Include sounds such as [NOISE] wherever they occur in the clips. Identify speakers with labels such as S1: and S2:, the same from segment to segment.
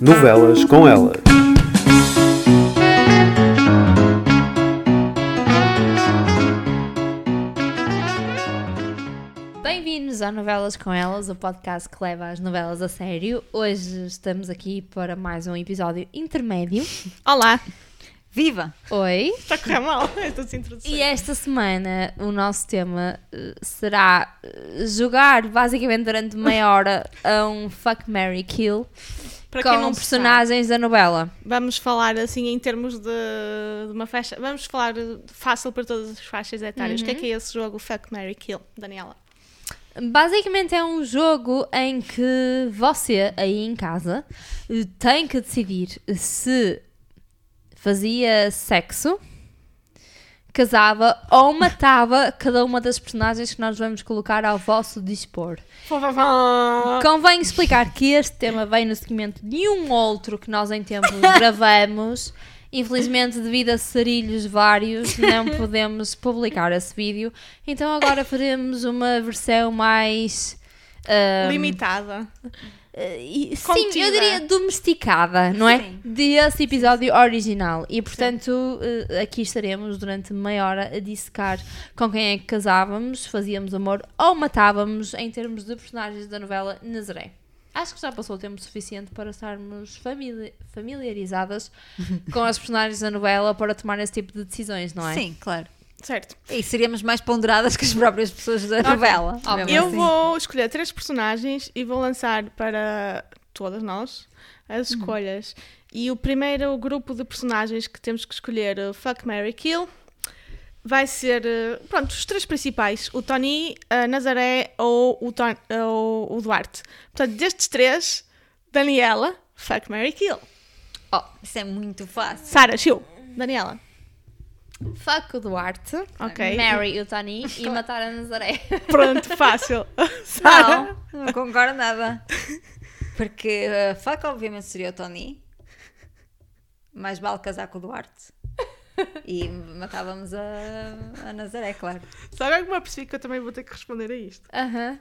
S1: Novelas com elas.
S2: Bem-vindos a Novelas com Elas, o podcast que leva as novelas a sério. Hoje estamos aqui para mais um episódio intermédio.
S3: Olá! Viva!
S2: Oi!
S3: Está a correr mal [LAUGHS] estas introduções.
S2: E é esta semana o nosso tema eh, será eh, jogar basicamente durante meia hora a um Fuck Mary Kill
S4: Para quem
S2: com um
S4: não personagem.
S2: personagens da novela.
S4: vamos falar assim em termos de, de uma faixa. Vamos falar fácil para todas as faixas etárias.
S2: Uhum.
S4: O que é que é esse jogo Fuck Mary Kill, Daniela?
S2: Basicamente é um jogo em que você aí em casa eh, tem que decidir se fazia sexo, casava ou matava cada uma das personagens que nós vamos colocar ao vosso dispor. Convém explicar que este tema vem no segmento de um outro que nós em tempos gravamos. Infelizmente, devido a sarilhos vários, não podemos publicar esse vídeo. Então agora faremos uma versão mais... ah,
S4: Limitada.
S2: e- sim,
S4: Contida.
S2: eu diria domesticada, não é? Desse episódio original. E portanto, eh, aqui estaremos durante meia hora a dissecar com quem é que casávamos, fazíamos amor ou matávamos em termos de personagens da novela Nazaré. Acho que já passou o tempo suficiente para estarmos famili- familiarizadas
S4: [LAUGHS]
S2: com as personagens da novela para tomar esse tipo de decisões, não é?
S3: Sim, claro.
S4: Certo.
S3: E seríamos mais ponderadas que as próprias pessoas da novela.
S2: Óbvio.
S3: Mesmo
S4: Eu
S3: assim.
S4: vou escolher três personagens e vou lançar para todas nós as escolhas. E o primeiro grupo de personagens que temos que escolher, eh, Fuck Mary Kill, vai ser, eh, pronto, os três principais: o Tony, a Nazaré ou o, Ton- ou o Duarte. Portanto, destes três, Daniela, Fuck Mary Kill.
S3: Oh, isso é muito fácil.
S4: Sara, Chiu. Daniela.
S2: Fuck o Duarte,
S4: Ok.
S2: Mary [LAUGHS] o Tony e matar a Nazaré.
S4: Pronto, [LAUGHS] fácil. Sara.
S3: Não, não concordo nada. Porque uh, fuck, obviamente, seria o Tony. Mais vale casar com o Duarte. E matávamos a, a Nazaré, claro.
S4: Sabe alguma percebi que eu também vou ter que responder a isto?
S2: Aham.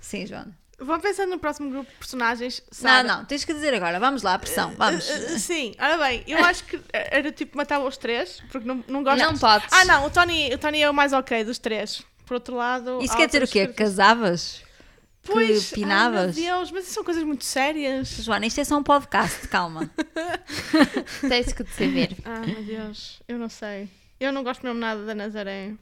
S3: Sim, Joana.
S4: Vão pensando no próximo grupo de personagens. Sara.
S3: Não, não, tens que dizer agora. Vamos lá, pressão, vamos.
S4: Uh, uh, Sim, ora bem, eu acho que era tipo matava os três, porque não, não gosto.
S2: Não podes.
S4: Ah, não, o Tony, o Tony é o mais ok dos três. Por outro lado.
S3: Isso
S4: há
S3: quer dizer o
S4: outras
S3: quê?
S4: coisas-
S3: Casavas?
S4: Pois,
S3: que
S4: Ai, meu
S3: pinavas?
S4: Deus, mas isso são coisas muito sérias.
S3: Joana, isto é só um podcast, calma.
S2: Tens que decidir.
S4: Ah,
S3: Hum?
S4: meu Deus, eu não sei. Eu não gosto mesmo nada da Nazaré.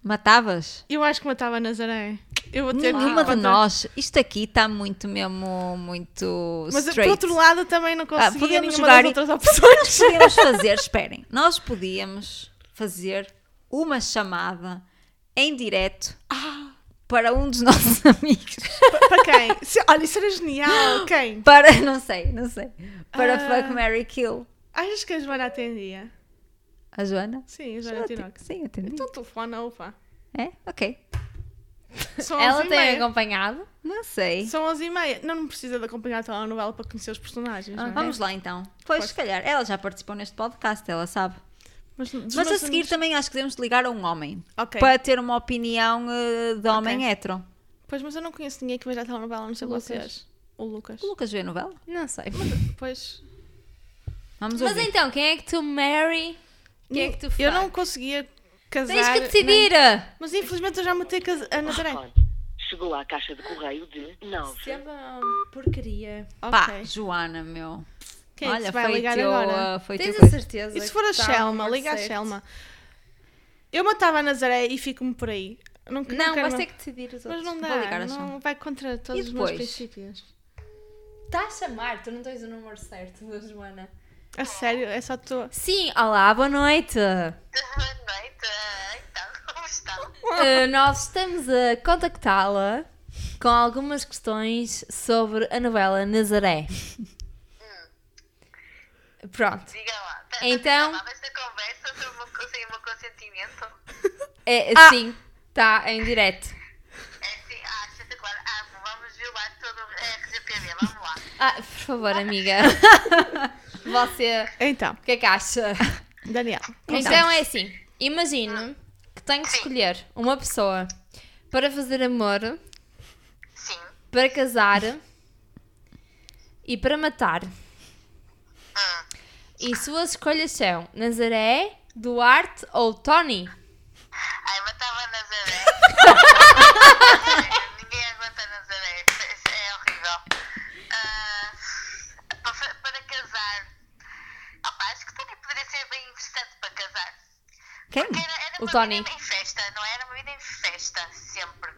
S3: Matavas?
S4: Eu acho que matava a Nazaré. Eu vou ter que
S3: Nenhuma de
S4: encontrar-
S3: nós. Isto aqui está muito mesmo, muito
S4: Mas eh,
S3: straight.
S4: por outro lado eu também não
S3: Ah,
S4: conseguia nenhuma
S3: podíamos jogar...
S4: das
S3: [LAUGHS]
S4: outras
S3: Nós
S4: opções.
S3: podíamos fazer, esperem, nós podíamos fazer uma chamada em direto para um dos [LAUGHS] nossos amigos.
S4: Pa- Ah, Para quem? Se- Olha, isso era
S3: [LAUGHS]
S4: genial. Quem?
S3: Para, não sei, não sei. Para
S4: Ah.
S3: Fuck, Mary Kill.
S4: Achas que a Joana atendia?
S3: A Joana?
S4: Sim, a Joana Tinoco.
S3: Sim, eu entendi.
S4: Então telefona, opa.
S3: É? Ok.
S4: São
S2: Ela
S4: 11 e
S2: tem
S4: meia.
S2: acompanhado.
S3: Não sei.
S4: São 11 e meia. Não, não precisa de acompanhar a telenovela para conhecer os personagens. não é?
S3: Vamos lá então. Pois, se calhar, ela já participou neste podcast, ela sabe.
S4: Mas, dos
S3: Mas a
S4: meus
S3: seguir
S4: amigos-
S3: também acho que devemos ligar a um homem
S4: Ok.
S3: para ter uma opinião eh, de homem hétero.
S4: Pois, mas eu não conheço ninguém que veja a telenovela, não sei
S2: Lucas.
S4: vocês. O Lucas.
S3: O Lucas vê a novela?
S2: Não sei.
S4: Pois.
S3: Vamos
S2: Mas
S3: ouvir.
S2: então, quem é que tu marry? Quem é que tu
S4: Eu
S2: faz?
S4: não conseguia casar.
S2: Tens que
S4: nem-
S2: decidir!
S4: Mas infelizmente eu já matei cas- a Nazaré.
S5: Telefone. Chegou à caixa de correio de 9.
S2: é uma porcaria.
S3: Pá,
S4: Ok.
S3: Joana, meu.
S4: Quem é que
S3: Olha,
S4: se vai
S3: foi
S4: ligar
S3: teu,
S4: agora?
S3: ah, foi teu
S2: Tens a
S3: coisa.
S2: certeza?
S4: E se for a
S2: que tá
S4: Shelma,
S2: número
S4: liga a
S2: certo?
S4: Shelma. Eu matava a Nazaré e fico-me por aí. Eu Não,
S2: Não,
S4: quero
S2: vais
S4: ma-
S2: ter que decidir os
S4: Mas
S2: outros.
S4: não
S3: Vou ligar
S4: dá,
S3: à
S4: não
S3: Shelma.
S4: vai contra todos
S3: E
S4: os meus
S3: depois?
S4: princípios.
S2: Está Tá a chamar, tu não tens o número certo [LAUGHS] da Joana.
S4: A sério, é só tu.
S2: Sim, olá, boa noite.
S6: Boa noite, então como estão?
S2: Eh, nós estamos a contactá-la com algumas questões sobre a novela Nazaré. Pronto.
S6: Diga lá,
S2: Hum. Então-
S6: esta conversa sobre o meu con- sem o meu consentimento?
S2: É, Sim, está em direto.
S6: É assim, ah, deixa claro, ah, vamos violar todo o RGPD, vamos lá.
S2: Ah, por favor,
S4: [LAUGHS]
S2: amiga. Você,
S4: Então,
S2: o que é que acha?
S4: Daniel.
S2: Então é assim: imagino que tenho que escolher uma pessoa para fazer amor,
S6: Sim,
S2: para casar E para matar.
S4: Ah.
S2: E suas escolhas são Nazaré, Duarte ou Tony?
S6: Ai, matava Nazaré. Ninguém aguenta Nazaré. Isso, isso é horrível. Ah, para, fa- para casar. Opa, acho que também poderia ser bem interessante para casar.
S3: Quem?
S6: Porque era, era
S2: O
S6: uma
S2: Tony.
S6: vida em festa, não é? Era uma vida em festa, sempre.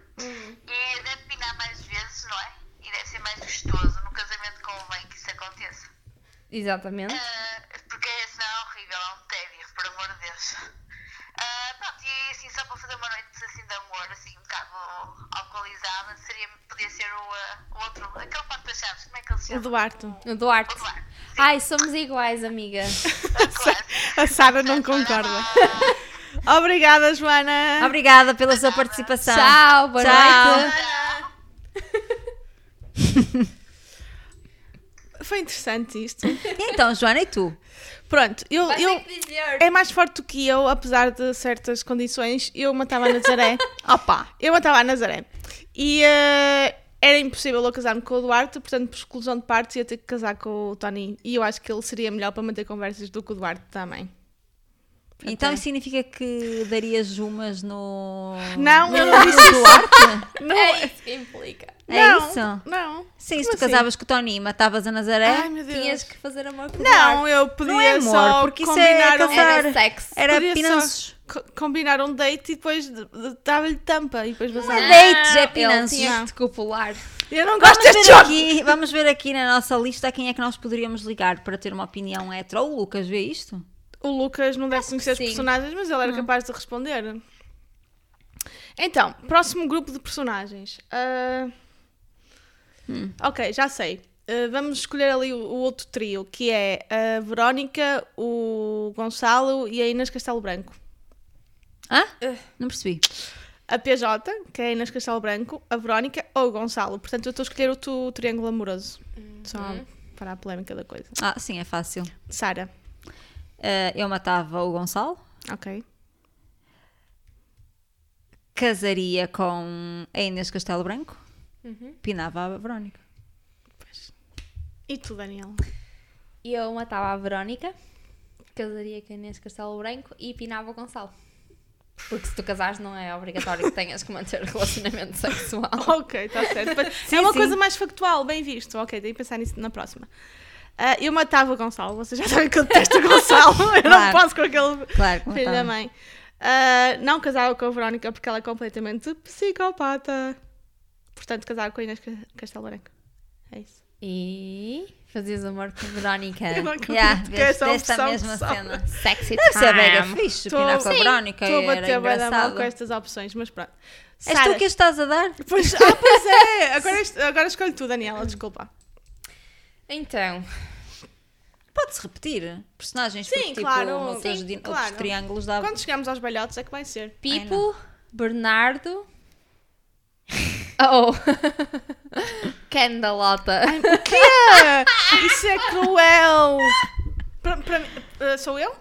S6: E deve pinar mais vezes, não é? E deve ser mais gostoso. No casamento convém que isso aconteça.
S2: Exatamente.
S6: Ah, porque senão é horrível, é um tédio, por amor de Deus. Ah, pronto, e assim, só para fazer uma noite assim de amor, assim, um bocado alcoolizada, seria, podia ser o, ah, o outro, aquele porta chaves, como é que ele se
S4: O
S6: chama?
S4: Duarte.
S2: O Duarte.
S6: O Duarte.
S2: Ai, somos iguais, amiga.
S4: A Sara não [LAUGHS] concorda. Obrigada, Joana.
S3: Obrigada pela
S4: [LAUGHS]
S3: sua participação.
S2: Tchau, boa
S3: Tchau.
S2: noite.
S4: Foi interessante isto.
S3: E [LAUGHS] então, Joana, e tu?
S4: [LAUGHS] Pronto, eu,
S2: Vais
S4: eu
S2: ter que dizer.
S4: é mais forte do que eu, apesar de certas condições, eu matava a Nazaré. [LAUGHS] Opa! Eu matava a Nazaré. E eh, era impossível eu casar-me com o Duarte, portanto, por exclusão de partes, ia ter que casar com o Tony. E eu acho que ele seria melhor para manter conversas do que o Duarte também.
S3: Então isso significa que darias umas no.
S4: Não,
S3: no
S4: eu não disse
S3: Duarte?
S2: É isso que implica.
S3: É
S4: não,
S3: isso?
S4: Não.
S3: Sim, se
S4: Como assim?
S3: tu casavas com o Tony e matavas a Nazaré.
S4: Ai, meu Deus.
S2: Tinhas que fazer amor com o Duarte.
S4: Não, eu podia
S3: não é amor,
S4: só
S3: porque isso é
S4: combinar um...
S3: casar.
S2: Era sexo.
S3: Era
S4: Podia só
S3: pinanços.
S4: [LAUGHS] co- combinar um date e depois de- de- dava-lhe tampa e depois
S2: Não,
S4: vazava.
S3: Deites, é
S2: Ele
S3: pinanços.
S2: Ah, tinha um que te copular.
S4: Eu não gosto
S3: Vamos
S4: deste
S3: ver,
S4: jogo!
S3: aqui, vamos ver aqui na nossa lista a quem é que nós poderíamos ligar para ter uma opinião hetero. O Lucas vê isto?
S4: O Lucas não deve conhecer os
S2: sim.
S4: personagens, mas ele era capaz de responder. Então, próximo grupo de personagens. Ah, Ok, já sei. Ah, vamos escolher ali o, o outro trio, que é a Verónica, o Gonçalo e a Inês Castelo Branco.
S3: Hã?
S4: Eh.
S3: Não percebi.
S4: A PJ, que é a Inês Castelo Branco, a Verónica ou o Gonçalo. Portanto, eu estou a escolher o, tu- o triângulo amoroso. Só para a polémica da coisa.
S3: Ah, sim, é fácil.
S4: Sara,
S3: Eh, eu matava o Gonçalo,
S4: ok.
S3: casaria com a Inês Castelo Branco,
S4: Uhum.
S3: pinava a Verónica.
S4: E tu, Daniel?
S2: E eu matava a Verónica, casaria com a Inês Castelo Branco e pinava o Gonçalo. Porque se tu casares não é obrigatório que tenhas que manter relacionamento sexual.
S4: [LAUGHS] Ok, está certo. Mas é uma coisa mais factual, bem visto. Ok, tenho que pensar nisso na próxima. Ah, eu matava o Gonçalo, vocês já [LAUGHS] sabem que eu detesto o Gonçalo. Eu
S3: Claro.
S4: não posso com aquele
S3: Claro que
S4: filho da
S3: matava.
S4: mãe. Ah, não casava com a Verónica porque ela é completamente psicopata. Portanto, casava com a Inês Ca- Castelo Branco. É isso.
S2: E fazias amor com a Verónica.
S4: Eu não acredito [LAUGHS]
S3: [LAUGHS] É. Yeah,
S4: que
S3: vês-
S4: essa
S3: vês esta
S4: é opção
S3: mesma
S4: pessoal. [LAUGHS]
S3: cena.
S2: Sexy
S3: Deve ser mega
S2: time.
S3: fixe,
S4: Tô-
S3: pinar com a
S4: Sim,
S3: Verónica,
S4: Estou a
S3: era
S4: bater bué da mal
S3: engraçado.
S4: com estas opções, mas pronto.
S3: És tu
S4: Sara,
S3: que as estás a dar?
S4: [LAUGHS]
S3: [LAUGHS]
S4: Pois, ah, pois é! Agora, est- agora escolho tu, Daniela, desculpa.
S2: Então,
S3: Pode-se repetir personagens,
S4: Sim,
S3: porque, tipo,
S4: claro,
S3: outros,
S4: sim,
S3: di- outros
S4: claro.
S3: triângulos dava...
S4: Quando chegamos aos balhotes é que vai ser.
S2: Pipo, Bernardo. [LAUGHS] Oh! [LAUGHS] Candalota.
S3: [LAUGHS]
S4: quê? Isso é cruel! Pra, pra mim- eh, sou eu?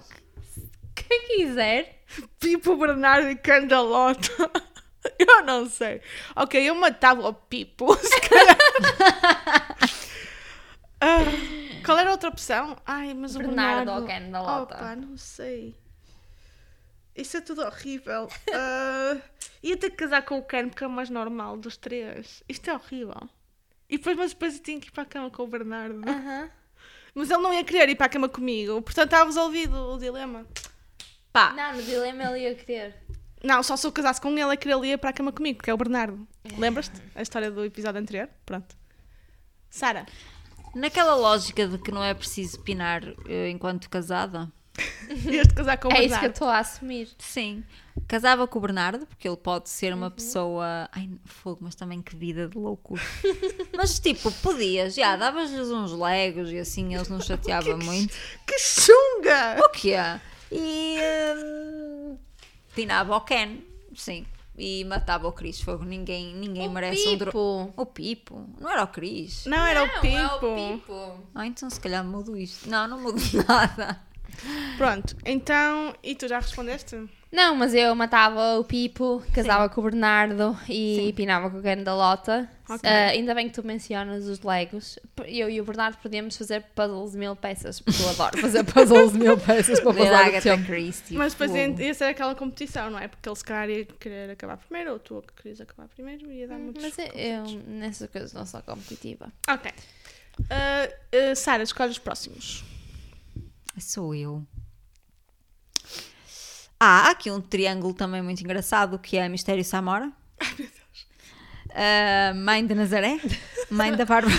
S2: Quem é quiser.
S4: Pipo Tipo Bernardo e Candalota. [LAUGHS] Eu não sei. Ok, eu matava o Pipo, [LAUGHS] se calhar. Ah, qual era a outra opção? Ai, mas o
S2: Bernardo
S4: Bernardo...
S2: ou Candalota?
S4: Opa, não sei. Isso é tudo horrível. Ah, ia ter que casar com o Ken, porque é o mais normal dos três. Isto é horrível. E depois, mas depois eu tinha que ir para a cama com o Bernardo.
S2: Aham.
S4: Mas ele não ia querer ir para a cama comigo, portanto está resolvido o dilema.
S3: Pá,
S2: Não, no dilema ele é ia querer.
S4: Não, só se eu casasse com ele é que ele ia para a cama comigo, porque é o Bernardo. Lembras-te? A história do episódio anterior? Pronto.
S2: [LAUGHS]
S4: Sara,
S3: naquela lógica de que não é preciso pinar eh, enquanto casada...
S4: ias-te casar com o
S2: É isso que eu
S4: Bernardo.
S2: estou a assumir.
S3: Sim. Casava com o Bernardo, porque ele pode ser
S2: Uhum.
S3: uma pessoa. Ai, fogo, mas também que vida de loucura. [LAUGHS] mas tipo, podias,
S2: Uhum.
S3: já, davas-lhes uns legos e assim
S2: [LAUGHS]
S3: eles não
S2: é
S3: chateavam muito.
S4: Que chunga!
S3: O que é? E. hum, pinava o Ken, sim. E matava o Cris, fogo. Ninguém, ninguém merece um dro...
S2: Pipo.
S3: O Pipo. Não era o Cris.
S4: Não, era o
S2: Não, é
S4: Pipo.
S2: Pipo.
S3: Ah, então se calhar mudo isto. Não, não mudo [LAUGHS] nada.
S4: Pronto, então. E tu já respondeste?
S2: Não, mas eu matava o Pipo, casava com o Bernardo e pinava com a Gandalota.
S4: Ok.
S2: Ah, ainda bem que tu mencionas os Legos. Eu e o Bernardo podíamos fazer puzzles de mil peças, porque eu adoro
S3: [LAUGHS]
S2: fazer puzzles de mil peças para
S3: Ler
S2: passar o
S3: Agatha
S2: tempo.
S3: Christie.
S4: Mas depois
S3: fogo.
S4: ia ser aquela competição, não é? Porque eles, se calhar, iam querer acabar primeiro, ou tu querias acabar primeiro, ia dar
S2: Hum,
S4: muitos
S2: Mas eu,
S3: é,
S2: eu nessas coisas não sou competitiva.
S4: Ok. Ah, ah, Sara, escolhe os próximos.
S3: Sou eu. Ah, há aqui um triângulo também muito engraçado que é Mistério Samora. Ah, mãe de
S2: [LAUGHS]
S3: Nazaré. Mãe da Bárbara.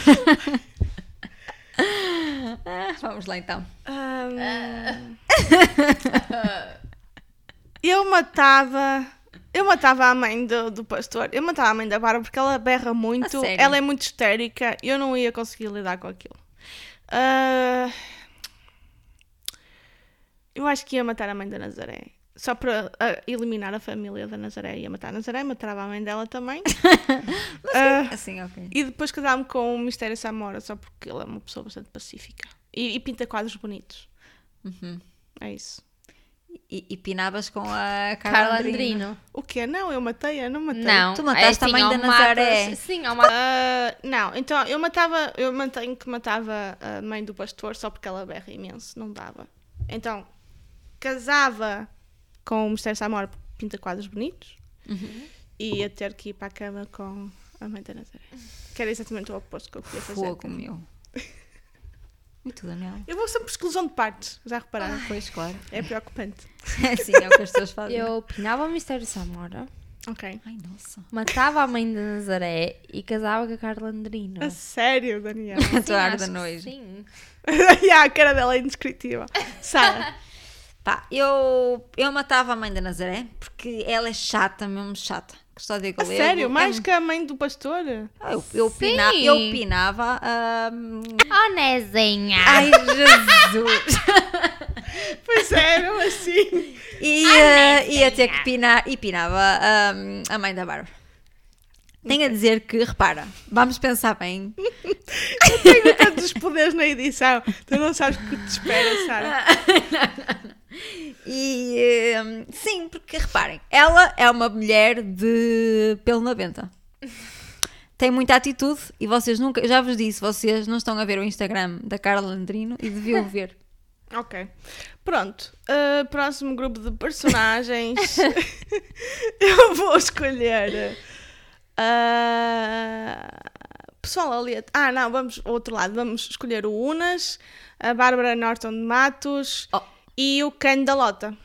S3: Ah, Vamos lá então.
S4: Ahm. eu matava. Eu matava a mãe do, do pastor. Eu matava a mãe da Bárbara porque ela berra muito.
S3: sério?
S4: Ela é muito histérica. Eu não ia conseguir lidar com aquilo. Ah, eu acho que ia matar a mãe da Nazaré. Só para ah, eliminar a família da Nazaré. Ia matar a Nazaré, matava a mãe dela também. Ah,
S3: Assim, ok.
S4: e depois casar-me com o Mistério Samora, só porque ele é uma pessoa bastante pacífica. E, e pinta quadros bonitos. É isso.
S3: E, e pinavas com a Carla,
S2: Carla
S3: Andrino.
S2: Andrino.
S4: O quê? Não, eu matei-a, não matei.
S2: Não.
S3: Tu mataste
S2: assim,
S3: a mãe
S2: ou
S3: da
S2: matas-
S3: Nazaré.
S2: Sim, ao matar.
S4: Ah, não, então eu matava, eu mantenho que matava a mãe do pastor só porque ela berra imenso, não dava. Então, casava com o Mistério Samora porque pinta quadros bonitos e ia ter que ir para a cama com a mãe da Nazaré. Que era exatamente o oposto que eu queria fazer.
S2: [LAUGHS]
S3: Fogo meu. E tu, Daniel? [LAUGHS]
S4: Eu vou sempre por exclusão de partes, já repararam?
S3: Pois, claro.
S4: É preocupante.
S3: É assim, é o que as pessoas fazem.
S2: Eu pinava o Mistério Samora,
S4: Ok.
S3: Ai, nossa.
S2: matava a mãe da Nazaré e casava com a Carla Andrino.
S4: A sério, Daniel. [LAUGHS]
S3: A
S2: acho
S3: tua arda
S2: que
S3: nojo.
S2: Sim.
S4: yeah, a cara dela é indescritível. Sara,
S3: Pá, eu, eu matava a mãe da Nazaré porque ela é chata, mesmo chata. Custódia
S4: a
S3: Galego.
S4: sério,
S3: é
S4: mais que a mãe do pastor?
S3: Ah, Eu, eu,
S2: Sim.
S3: pina- eu pinava. ahm,
S2: Oh, Nezinha!
S3: Ai, Jesus!
S4: Pois é, mesmo assim.
S3: E ah, ia ter que pinar. E pinava ahm, a mãe da Bárbara. Tenho a dizer que, repara, vamos pensar bem.
S4: Tenho tantos poderes na edição. Tu não sabes o que te espera, Sara.
S3: [LAUGHS] E ahm, sim, porque reparem, ela é uma mulher de pelo 90. Tem muita atitude e vocês nunca, eu já vos disse, vocês não estão a ver o Instagram da Carla Andrino e deviam ver.
S4: Ok. Pronto. uh, próximo grupo de personagens. Eu vou escolher. uh, pessoal aleatório. Ah, não, vamos ao outro lado. Vamos escolher o Unas, a Bárbara Norton de Matos
S3: Oh.
S4: e o Ken da Lota.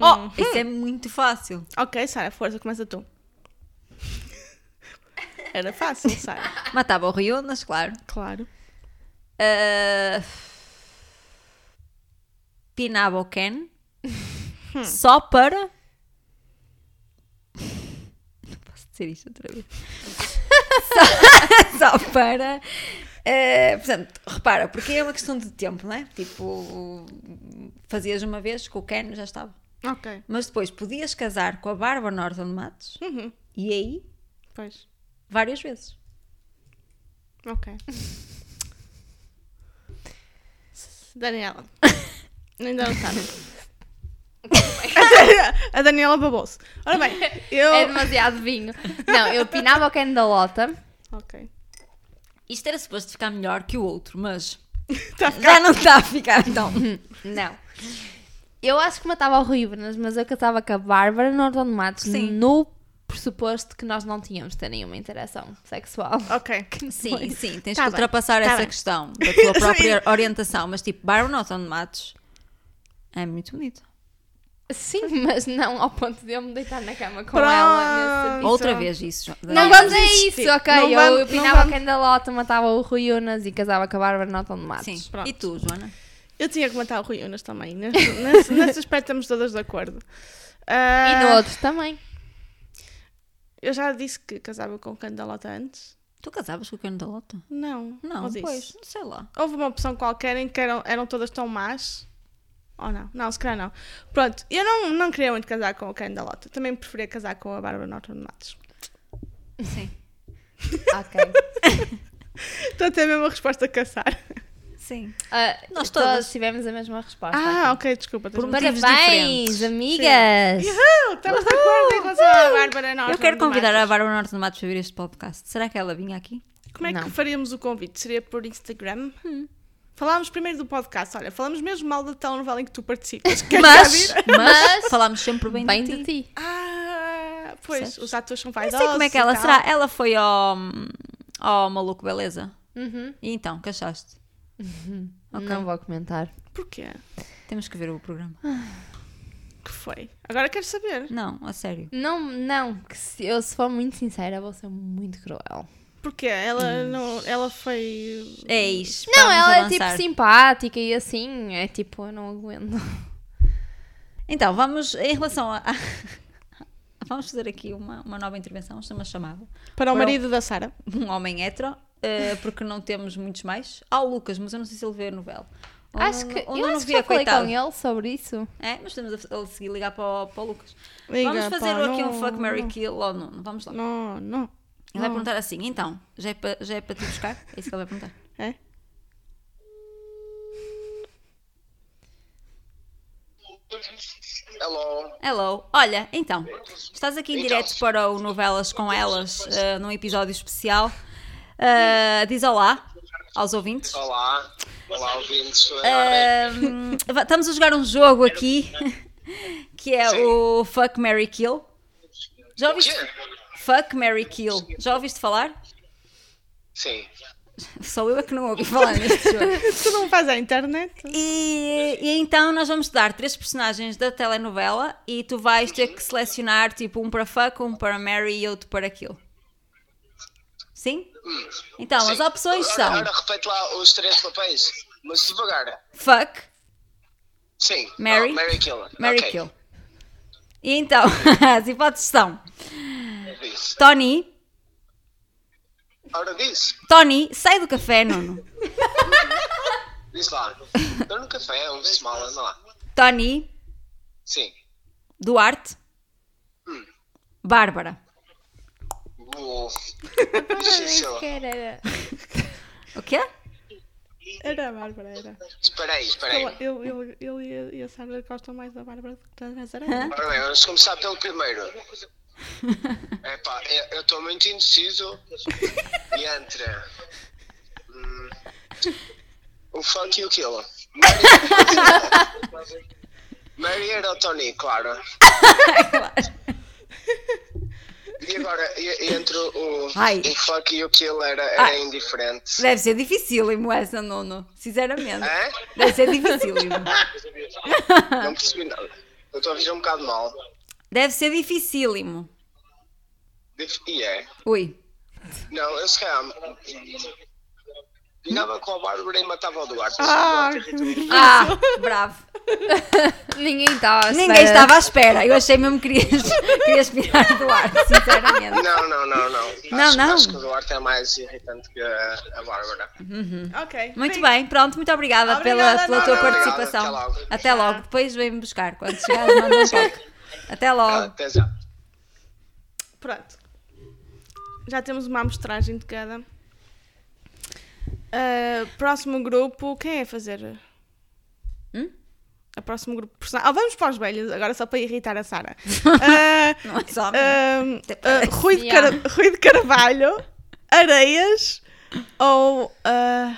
S3: Oh, isso é muito fácil.
S4: Ok, Sara, força, começa tu. Era fácil, Sara.
S3: Matava o Rionas, claro.
S4: Claro.
S3: Ah, pinava o Ken só para. Não posso dizer isto outra vez. [LAUGHS] só, só para. ah, portanto, repara, porque é uma questão de tempo, não é? Tipo, fazias uma vez com o Ken já estava.
S4: Ok.
S3: Mas depois podias casar com a Bárbara Norton de Matos
S4: Uhum.
S3: e aí
S4: Pois.
S3: várias vezes.
S4: Ok. Daniela. Ainda não sabe. [LAUGHS] a Daniela babou-se. Ora bem, eu.
S2: É demasiado vinho. Não, eu pinava o Ken da Lota.
S4: Ok.
S3: Isto era suposto ficar melhor que o outro, mas
S4: Tá a ficar-
S3: já não está a ficar então.
S2: Não. Eu acho que matava o Rui Brunas, mas eu casava com a Bárbara Norton de Matos
S3: Sim.
S2: no pressuposto que nós não tínhamos de ter nenhuma interação sexual.
S4: Ok.
S3: Sim, sim, tens
S4: Tá
S3: que
S4: bem,
S3: ultrapassar
S4: tá
S3: essa
S4: bem.
S3: questão
S4: [LAUGHS]
S3: da tua própria orientação, mas tipo, Byron Norton de Matos é muito bonito.
S2: Sim, [LAUGHS] mas não ao ponto de eu me deitar na cama com
S4: Pronto.
S2: ela. nesse-
S4: Isso.
S3: Outra vez isso. Jo-
S2: Não,
S4: vamos
S2: mas é
S4: insistir.
S2: isso, ok.
S4: Não
S2: eu
S4: vamos-
S2: eu
S4: não
S2: pinava a
S4: vamos-
S2: Candalota, matava o Rui Unas e casava com a Bárbara Norton de Matos.
S3: Sim.
S4: Pronto.
S3: E tu, Joana?
S4: Eu tinha que matar o Rui Unas também. Nesse, nesse- nesse aspecto estamos todas de acordo.
S2: E
S4: Ah,
S2: no outro também.
S4: Eu já disse que casava com o Candalota antes?
S3: Tu casavas com o Cano da Lota?
S4: Não.
S3: Não,
S4: ou disse?
S3: pois, não sei lá.
S4: Houve uma opção qualquer em que eram, eram todas tão más. Ou não? Não, se calhar não. Pronto, eu não, não queria muito casar com o Ken da Lota. Também preferia casar com a Bárbara Norton de Matos. [LAUGHS]
S3: Sim.
S2: ok.
S4: Estou a ter a mesma resposta que a Sara.
S3: Sim.
S2: Ah,
S3: Nós
S2: todas.
S3: todas.
S2: tivemos a mesma resposta.
S4: Ah, ok, desculpa. tens razão.
S3: motivos
S2: Parabéns,
S3: diferentes.
S2: amigas!
S4: Uhul, Estamos de acordo em relação à Bárbara Norte.
S3: Eu quero convidar a Bárbara Norte do Matos para vir a este podcast. Será que ela
S2: [LAUGHS]
S3: vinha aqui?
S4: Como é que
S3: Não. Hum.
S4: faríamos o convite? Seria por Instagram? Falámos primeiro do podcast. Olha, falámos mesmo mal da telenovela em que tu
S3: [LAUGHS]
S4: participas. Queres
S3: Mas,
S4: cá vir?
S3: mas falámos sempre bem,
S2: Bem
S3: de ti.
S2: de ti.
S4: Ah, pois,
S3: Percebes?
S4: os atores são
S3: Não
S4: vaidosos.
S3: sei como é que
S4: e
S3: ela
S2: tá?
S4: tal.
S3: será. Ela foi ao, ao Maluco Beleza. E então,
S2: [LAUGHS]
S3: que achaste? Ok.
S2: Uhum. Não vou comentar.
S4: Porquê?
S3: Temos que ver o programa.
S4: Que foi? Agora quero saber.
S3: Não, a sério.
S2: Não, não, que se, eu se for muito sincera, vou ser muito cruel.
S4: Porquê? Ela, não, ela foi.
S3: Eis.
S2: Não,
S3: vamos
S2: ela é
S3: avançar.
S2: tipo simpática e assim, é tipo, eu não aguento.
S3: Então, vamos em relação a. [LAUGHS] vamos fazer aqui uma, uma nova intervenção, isto é uma chamada.
S4: Para o
S3: Para o-
S4: marido da Sara.
S3: Um homem hetero, eh, porque não temos muitos mais. Ah, o Lucas, mas eu não sei se ele vê a novela. Ou
S2: acho
S3: não-
S2: que,
S3: ou
S2: eu
S3: não
S2: acho que
S3: via,
S2: já falei
S3: coitado.
S2: com ele sobre isso.
S3: É, mas temos a, a seguir ligar para o, para o Lucas.
S4: Liga,
S3: vamos fazer
S4: pá,
S3: aqui
S4: não,
S3: um fuck, Mary
S4: não.
S3: kill ou não? Vamos lá.
S4: Não, não.
S3: Ele vai
S4: não.
S3: perguntar assim, então, já é para já é para te buscar? É isso que ele vai perguntar.
S4: É?
S1: Hello.
S3: Hello. Olha, então, estás aqui em
S1: Então.
S3: direto para o Novelas com Elas, eh, num episódio especial. Eh, diz olá aos ouvintes.
S1: Olá. Olá, ouvintes.
S3: Ahm, va- estamos a jogar um jogo aqui, [LAUGHS] que é o Fuck, Mary Kill. Já
S1: O quê?
S3: ouviste? Fuck, Mary Kill. Já ouviste falar?
S1: Sim.
S3: Só eu é que não ouvi falar neste jogo.
S4: Tu não faz à internet?
S3: E, e então nós vamos te dar três personagens da telenovela e tu vais ter que selecionar tipo um para fuck, um para Mary e outro para kill. Sim? Então, as
S1: Sim.
S3: opções
S1: Agora-
S3: são
S1: Agora repete lá os três papéis, mas devagar.
S3: fuck,
S1: Sim.
S3: Mary,
S1: Oh, Mary Killer.
S3: Mary
S1: Ok.
S3: kill. E então, [LAUGHS] as hipóteses são
S1: Diz.
S3: Tony,
S1: Ora, diz.
S3: Tony, sai do café, Nuno. [LAUGHS]
S1: Diz lá. Dá no café, um small, anda lá.
S3: Tony,
S1: Sim.
S3: Duarte,
S1: Hum.
S3: Bárbara.
S1: Boa.
S3: [LAUGHS]
S1: Difícil.
S2: [LAUGHS]
S3: O quê? [LAUGHS]
S4: Era a Bárbara, era.
S1: Espera aí, espera aí.
S4: Eu, eu, eu, eu e a- e a Sara gostam mais da Bárbara do que da Nazaré.
S1: Ora bem, vamos começar pelo primeiro. Epá, eu- eu estou muito indeciso e entre hum, o fuck e o kill. Mary-
S3: [LAUGHS]
S1: Mary era o Tony, claro. E agora, e- e entre o,
S3: Ai.
S1: o fuck e o kill era, era
S3: Ai.
S1: indiferente.
S3: Deve ser dificílimo essa, Nuno. Sinceramente.
S1: Hã?
S3: Deve ser dificílimo. Ah.
S1: Não percebi nada. Eu estou a ver um bocado mal.
S3: Deve ser dificílimo.
S1: Dif- E é.
S3: Ui.
S1: Não, eu se calhar. Ligava com a Bárbara e matava o Duarte.
S4: Ah,
S3: Ah, bravo.
S2: Ninguém estava a
S3: Ninguém
S2: esperar.
S3: estava à espera. Eu achei mesmo que querias, [LAUGHS] querias pirar do ar, sinceramente.
S1: Não, não, não, não. Acho,
S3: Não, não.
S1: Acho que o Duarte é mais irritante que a, a Bárbara.
S4: [LAUGHS] ok.
S3: Muito bem, pronto, muito obrigada,
S4: Obrigada,
S3: pela, pela tua
S4: Nuno.
S3: participação.
S1: Obrigado,
S3: Até
S1: até logo.
S3: logo. Depois vem-me buscar. Quando chegares, manda um toque. Até
S1: Ah,
S3: logo.
S1: até já.
S4: Pronto. Já temos uma amostragem de cada. Ah, próximo grupo, quem é fazer?
S3: Hum?
S4: A próximo grupo. persona- Ah, vamos para os velhos, agora só para irritar a
S3: [LAUGHS]
S4: Sara. Ah,
S3: Não é só.
S4: ah, ah, Rui, de
S2: Yeah.
S4: Cara- Rui de Carvalho, Areias ou ah,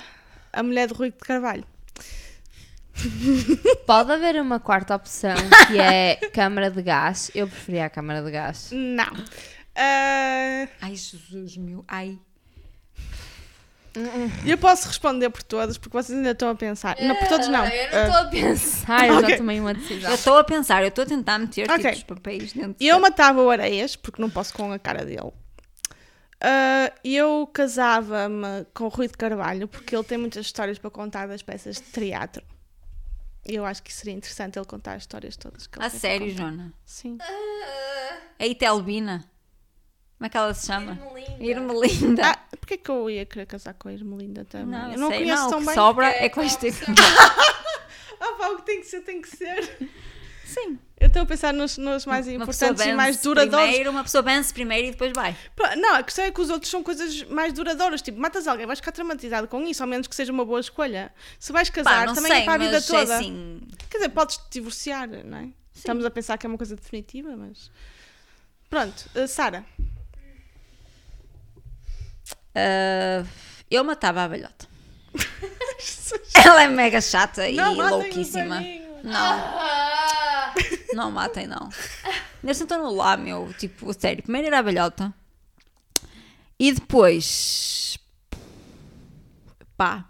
S4: a mulher de Rui de Carvalho?
S2: Pode haver uma quarta opção que é câmara de gás. Eu preferia a câmara de gás.
S4: Não. Ah,
S3: Ai, Jesus meu. Ai.
S4: eu posso responder por todos, porque vocês ainda estão a pensar. Não, por todos não.
S2: Eu
S4: Ah,
S2: não estou a pensar, Ah, eu
S4: ok.
S2: já tomei uma
S3: Eu
S2: decisão.
S3: estou a pensar, eu estou a tentar meter
S4: Ok.
S3: tipo, os papéis dentro.
S4: E Eu matava o Areias, porque não posso com a cara dele. Ah, eu casava-me com o Rui de Carvalho, porque ele tem muitas histórias para contar das peças de teatro. E eu acho que seria interessante ele contar as histórias todas. Que ele
S3: A
S4: tem para
S3: sério,
S4: contar.
S3: Jona.
S4: Sim.
S3: A Itelbina. Como é que ela se chama?
S2: Irmelinda.
S3: Irmelinda.
S4: Ah, porquê que eu ia querer casar com a Irmelinda também?
S3: Não,
S4: eu não
S3: sei.
S4: conheço
S3: não, o
S4: tão tá
S3: que
S4: bem.
S3: sobra é que vais ter que...
S4: Ah, pá, o que tem que ser, tem que ser.
S3: [LAUGHS] Sim.
S4: Eu estou a pensar nos, nos mais
S3: Uma pessoa
S4: importantes e
S3: vence
S4: mais duradouros.
S3: Primeiro, uma pessoa vence primeiro e depois vai.
S4: Pá, Não, a questão é que os outros são coisas mais duradouras. Tipo, matas alguém, vais ficar traumatizado com isso, ao menos que seja uma boa escolha. Se vais
S3: Pá,
S4: casar,
S3: não
S4: também
S3: sei,
S4: é para a vida
S3: mas
S4: toda.
S3: é assim.
S4: Quer dizer, podes te divorciar, não é? Estamos a pensar que é uma coisa definitiva, mas. Pronto, eh, Sara.
S3: ah, eu matava a
S4: [LAUGHS]
S3: abelhota. Ela é mega chata e
S4: Não matem o
S3: louquíssima.
S4: velhinho.
S3: Não. Não matem, não. Neste então no lá, meu, tipo, sério, primeiro era a abelhota. E depois. Pá.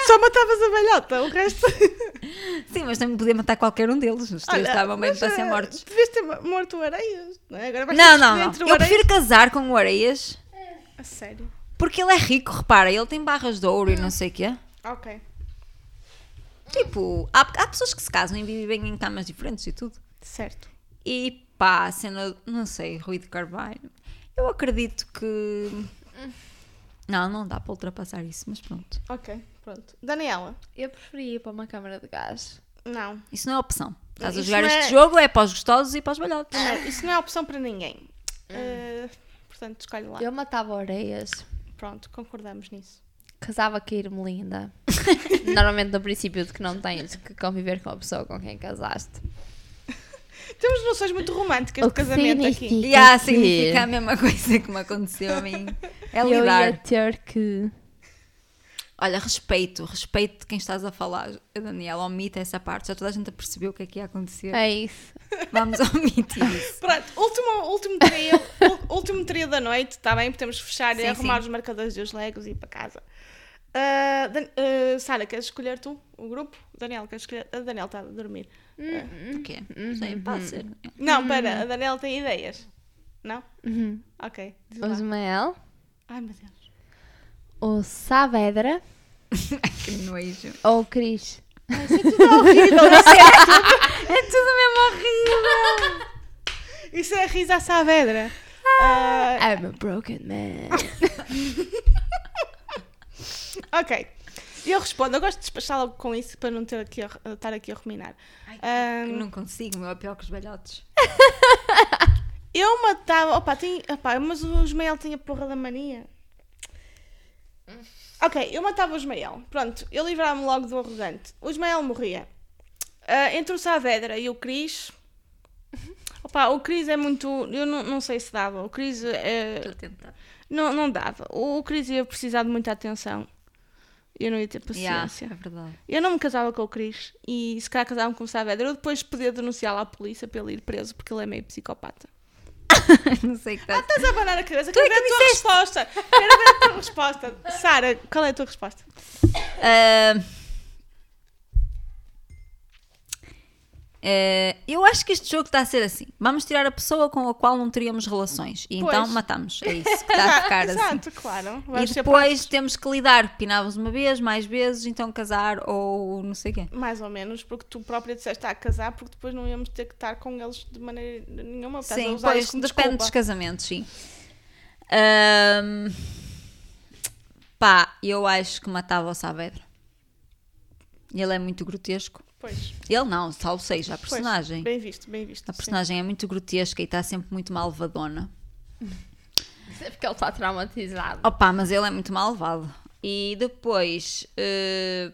S4: Só matavas a velhota, o resto.
S3: [LAUGHS] Sim, mas também podia matar qualquer um deles. Os três estavam mesmo para ser
S4: eh,
S3: mortos.
S4: Devias ter ma- morto o Areias, não é? Agora vais ter
S3: Não,
S4: que
S3: não,
S4: escolher
S3: não.
S4: entre o
S3: Eu
S4: Areias-
S3: prefiro casar com o Areias
S4: A sério.
S3: porque ele é rico, repara. Ele tem barras de ouro e não sei o quê.
S4: Ok.
S3: Tipo, há, há pessoas que se casam e vivem em camas diferentes e tudo.
S4: Certo.
S3: E pá, a cena, não sei, Rui de Carvalho. Eu acredito que. Não, não dá para ultrapassar isso, mas pronto.
S4: Ok, pronto. Daniela.
S2: Eu preferia ir para uma câmara de gás.
S4: Não.
S3: Isso não é opção. Estás a
S4: Isso
S3: jogar
S4: não
S3: este
S4: é-
S3: jogo, é para os gostosos e para os balhotes.
S2: Ah,
S4: Primeiro, isso não é opção para ninguém. Eh, portanto, escolhe lá.
S2: Eu matava orelhas,
S4: Pronto, concordamos nisso.
S2: casava com a [LAUGHS] Irmelinda. Normalmente no princípio de que não tens que conviver com a pessoa com quem casaste.
S4: Temos noções muito românticas
S2: O
S4: de
S2: que
S4: casamento aqui.
S2: significa
S3: E ah,
S2: que
S3: significa a mesma [LAUGHS] coisa que me aconteceu a mim. É
S2: eu
S3: lidar.
S2: ia ter que...
S3: Olha, respeito, respeito de quem estás a falar. Daniela, omita essa parte. Já toda a gente percebeu o que é que ia acontecer.
S2: É isso.
S3: Vamos [LAUGHS] omitir isso.
S4: Pronto, último, último trio, [LAUGHS] ú- último trio da noite, está bem? Podemos fechar e
S3: Sim,
S4: arrumar os
S3: sim.
S4: marcadores e os legos e ir para casa. Ah, Dan- ah, Sara, queres escolher tu o grupo? Daniel, queres escolher? A Daniel está a dormir.
S3: O quê? Não sei, pode ser.
S4: Não, pera, a Daniel tem ideias. Não?
S2: Uhum.
S4: Ok. diz
S2: O
S4: lá.
S2: Ismael,
S4: Ai meu Deus.
S2: o Saavedra
S3: Que nojo.
S2: ou o Cris. [LAUGHS]
S3: É tudo mesmo horrível.
S4: Isso é Risa à Saavedra. Ah,
S2: I'm a broken man.
S4: Ok. Eu respondo, eu gosto de despachar logo com isso para não ter aqui a, a estar aqui a ruminar. Ahm,
S3: Não consigo, meu, é pior que os balhotes.
S4: eu matava. Opa, tem, opa, mas o Ismael tinha porra da mania. Ok, eu matava o Ismael. Pronto, eu livrava-me logo do arrogante. O Ismael morria. Ah, entre o Saavedra e o Cris. Opa, o Cris é muito. Eu não, não sei se dava. O Cris é.
S3: Estou a tentar.
S4: Não, não dava. O, o Cris ia precisar de muita atenção. Eu não ia ter
S3: Yeah,
S4: paciência.
S3: é verdade.
S4: Eu não me casava com o Cris e se calhar casava-me com o Saavedra. Eu depois podia denunciá-lo à polícia para ele ir preso porque ele é meio psicopata.
S3: [LAUGHS] Não sei o que tá.
S4: Estás a abanar a cabeça,
S3: é
S4: quero ver
S3: que
S4: a tua resposta. Quero ver a tua [LAUGHS] resposta. Sara, qual é a tua resposta?
S3: Ah, ah, eu acho que este jogo está a ser assim. Vamos tirar a pessoa com a qual não teríamos relações e
S4: Pois.
S3: então matamos. É [LAUGHS] isso que está a ficar assim.
S4: Exato, claro.
S3: E
S4: Vamos ser
S3: depois temos que lidar. Pinávamos uma vez, mais vezes, então casar ou não sei o quê.
S4: pró- mais ou menos, porque tu própria disseste a casar, porque depois não íamos ter que estar com eles de maneira nenhuma. Estás a
S3: Sim,
S4: usar
S3: pois
S4: isso como
S3: depende
S4: desculpa.
S3: dos casamentos, sim. Ahm, pá, eu acho que matava o Saavedra. Ele é muito grotesco.
S4: Pois,
S3: Ele não, tal seja, a
S4: pois.
S3: personagem.
S4: Bem visto, bem visto.
S3: A
S4: sim.
S3: personagem é muito grotesca e está sempre muito malvadona.
S2: É porque ele está traumatizado.
S3: Opa, mas ele é muito malvado. E depois. eh,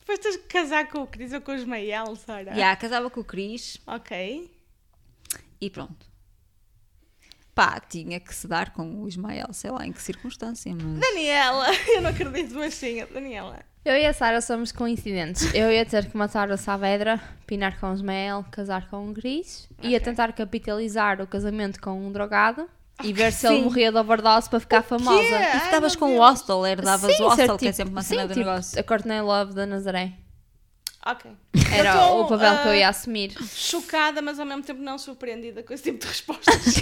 S4: Depois tens que casar com o Cris ou com o Ismael, Sara.
S3: yeah, casava com o Cris
S4: Ok.
S3: e pronto. Pá, tinha que se dar com o Ismael, sei lá em que circunstância, mas.
S4: Daniela, [LAUGHS] eu não acredito, mas sim, a Daniela.
S2: Eu e a Sara somos coincidentes. Eu ia ter que matar o Saavedra, pinar com o Ismael, casar com o Gris. Ia tentar capitalizar o casamento com um drogado e ver se ele
S3: Sim.
S2: morria de overdose para ficar famosa.
S3: E
S4: Ai,
S3: ficavas
S4: meu
S3: com o
S4: Deus.
S3: hostel, herdavas o hostel,
S2: ser
S3: que é sempre uma cena
S2: sim,
S3: do
S2: tipo,
S3: negócio.
S2: A Courtney Love da Nazaré.
S4: Ok.
S2: Era
S4: Eu tô,
S2: o papel que eu
S4: ah,
S2: ia assumir.
S4: Chocada, mas ao mesmo tempo não surpreendida com esse tipo de
S3: [LAUGHS]
S4: respostas.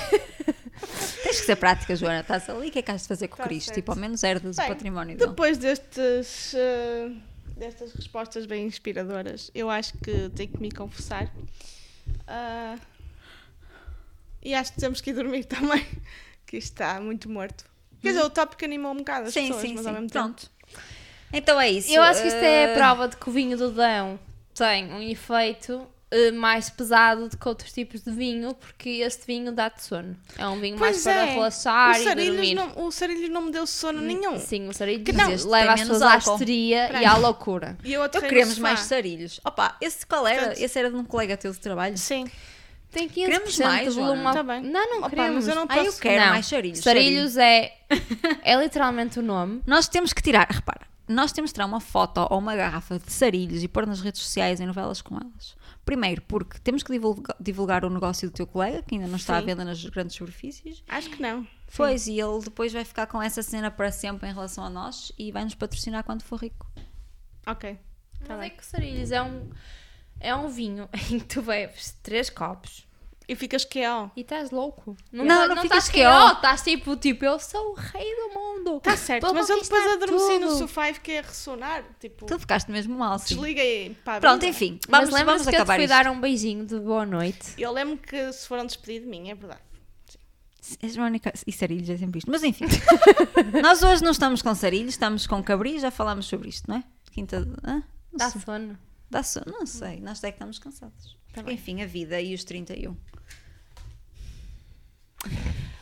S3: Tens que ser prática, Joana. Estás ali, o que é que has de fazer com o
S4: Tá
S3: Cristo?
S4: certo.
S3: Tipo, ao menos herdas
S4: Bem,
S3: o património dele.
S4: Depois destes, eh, destas respostas bem inspiradoras, eu acho que tenho que me confessar. Ah, [LAUGHS] e acho que temos que ir dormir também, que isto está muito morto. Quer dizer, o tópico animou um bocado as
S3: Sim,
S4: pessoas,
S3: sim,
S4: mas ao
S3: sim.
S4: mesmo tempo.
S3: Pronto. Então é isso.
S2: Eu acho que isto é
S3: Eh,
S2: a prova de que o vinho do Dão tem um efeito eh, mais pesado do que outros tipos de vinho, porque este vinho dá-te sono. É um vinho mais
S4: Pois
S2: para
S4: é.
S2: relaxar
S4: o
S2: e
S4: Sarilhos
S2: dormir.
S4: Não, o Sarilhos não me deu sono nenhum.
S2: Sim, o sarilho
S3: não,
S2: diz,
S3: este
S2: leva
S3: tem
S2: as
S3: menos
S2: pessoas à
S3: álcool.
S2: histeria e à loucura.
S4: E eu
S3: Eu
S4: aterrei no
S3: queremos
S4: sofá.
S3: mais sarilhos. Opa, esse qual era?
S4: Portanto-
S3: esse era de um colega teu de trabalho.
S4: Sim.
S2: Tem 15%
S3: Queremos mais,
S2: de volume
S3: Joana?
S2: ao-
S4: Tá bem.
S2: Não, não
S4: Opa,
S2: queremos.
S4: mas eu não
S2: Ah,
S4: posso-
S3: quero mais sarilhos,
S2: Sarilhos
S3: [LAUGHS]
S2: é, é literalmente o nome.
S3: Nós temos que tirar, repara, nós temos que tirar uma foto ou uma garrafa de sarilhos e pôr nas redes sociais em novelas com elas. Primeiro, porque temos que divulga- divulgar o negócio do teu colega, que ainda não está à venda nas grandes superfícies.
S4: Acho que não.
S3: Pois, e ele depois vai ficar com essa cena para sempre em relação a nós e vai nos patrocinar quando for rico.
S4: Ok. Tá
S2: mas é
S4: bem.
S2: que o sarilhos é um, é um vinho [LAUGHS] em que tu bebes três copos
S4: E ficas que é, ó.
S2: e estás louco.
S3: Não,
S2: tá-
S3: não
S2: estás
S3: ficas
S2: que
S3: que,
S2: ó,
S3: ó.
S2: Estás tipo, tipo, eu sou o rei do mundo.
S4: Tá certo,
S2: Vou
S4: mas eu depois
S2: conquistar
S4: adormeci no
S2: tudo.
S4: sofá e fiquei a ressonar. Tipo,
S3: Tu ficaste mesmo mal, sim.
S4: desliguei. Pá,
S3: Pronto,
S4: vida.
S3: enfim,
S2: Mas
S3: vamos,
S2: lembra-se
S3: vamos
S2: que eu te
S3: acabar
S2: fui
S3: isto.
S2: dar um beijinho de boa noite.
S4: Eu lembro que se foram despedir de mim, é verdade.
S2: um-
S3: És a única- E sarilhos é sempre isto. Mas enfim, [LAUGHS] nós hoje não estamos com sarilhos, estamos com cabris, já falámos sobre isto, não é? Quinta. de- hã? Não
S2: Dá
S3: sei.
S2: sono.
S3: Dá sono? Não sei. Nós é que estamos cansados. Enfim, a vida e um. os 31.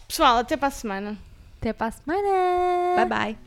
S4: Pessoal, até para a semana.
S2: Até para a semana.
S3: Bye bye.